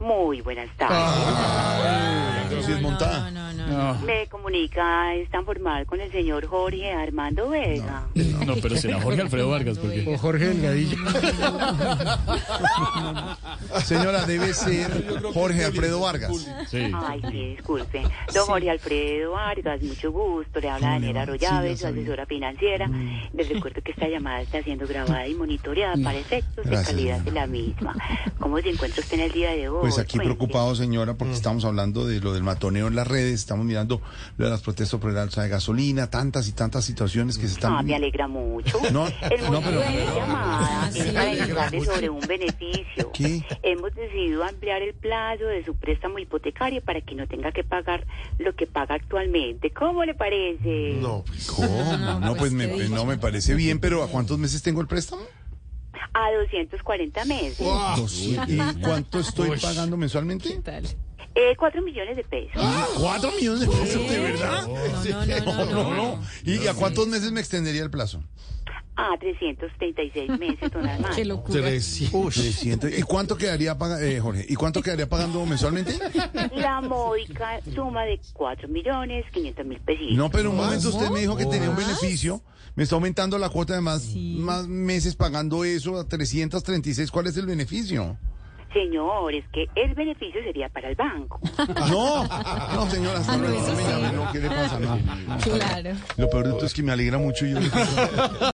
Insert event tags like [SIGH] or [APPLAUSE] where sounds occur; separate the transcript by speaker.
Speaker 1: Muy buenas tardes.
Speaker 2: Ah. Entonces sí es montada.
Speaker 3: no, no, no.
Speaker 1: Me comunica esta formal con el señor Jorge Armando Vega.
Speaker 4: No, pero será Jorge Alfredo Vargas, porque.
Speaker 5: O Jorge Delgadillo.
Speaker 2: Señora, debe ser Jorge Alfredo Vargas.
Speaker 4: Sí.
Speaker 1: Ay, sí, disculpe. Don Jorge Alfredo Vargas, mucho gusto. Le habla
Speaker 2: ¿Cómo le
Speaker 1: Daniela
Speaker 2: va?
Speaker 1: Arroyave,
Speaker 2: Sí,
Speaker 1: su
Speaker 2: ya Mm.
Speaker 1: asesora financiera. Les recuerdo que esta llamada está siendo grabada y monitoreada para efectos de
Speaker 2: Gracias,
Speaker 1: calidad de
Speaker 2: señora.
Speaker 1: la misma. ¿Cómo se encuentra usted en el día de hoy?
Speaker 2: Pues aquí
Speaker 1: Cuente.
Speaker 2: preocupado, señora, porque
Speaker 3: Mm.
Speaker 2: estamos hablando de lo del matoneo en las redes, estamos mirando lo de las protestas por el alza de gasolina, tantas y tantas situaciones que se están...
Speaker 1: Ah, me alegra mucho.
Speaker 2: [LAUGHS] No,
Speaker 1: el
Speaker 2: no,
Speaker 1: motivo
Speaker 2: pero- Ah,
Speaker 1: de mi llamada
Speaker 3: Sí,
Speaker 1: es
Speaker 3: me
Speaker 1: para
Speaker 3: alegra
Speaker 1: informarle sobre un beneficio.
Speaker 2: ¿Qué?
Speaker 1: Hemos decidido ampliar el plazo de su préstamo hipotecario para que no tenga que pagar lo que paga actualmente. ¿Cómo le parece?
Speaker 5: No,
Speaker 2: ¿Cómo? No, pues, me- no me parece bien, pero ¿a cuántos meses tengo el préstamo?
Speaker 1: A 240 meses.
Speaker 2: Ah, ¿Y eh, cuánto estoy pagando mensualmente? Ah,
Speaker 3: tal?
Speaker 1: Eh, 4 millones de pesos.
Speaker 2: ¿Cuatro millones de pesos? ¿De verdad?
Speaker 3: No, no, no,
Speaker 2: No,
Speaker 3: no,
Speaker 2: no, no. ¿Y a cuántos meses me extendería el plazo?
Speaker 1: A 336 meses, don Armando.
Speaker 3: [LAUGHS] Qué locura.
Speaker 5: tres.
Speaker 2: Trescientos. ¿Y cuánto quedaría pagando, Jorge? ¿Y cuánto quedaría pagando mensualmente?
Speaker 1: La módica suma de 4 millones 500 mil pesitos.
Speaker 2: No, pero un momento, usted me dijo que tenía un beneficio. Me está aumentando la cuota de más,
Speaker 3: Sí.
Speaker 2: más meses pagando eso a 336. ¿Cuál es el beneficio?
Speaker 1: Señor, es que el beneficio sería para el banco.
Speaker 2: No, no, señora, hasta
Speaker 3: Ah, no,
Speaker 2: luego, no,
Speaker 3: eso
Speaker 2: me
Speaker 3: sí.
Speaker 2: llame, no, ¿qué le pasa? No.
Speaker 3: Claro.
Speaker 2: Lo peor de todo es que me alegra mucho y yo.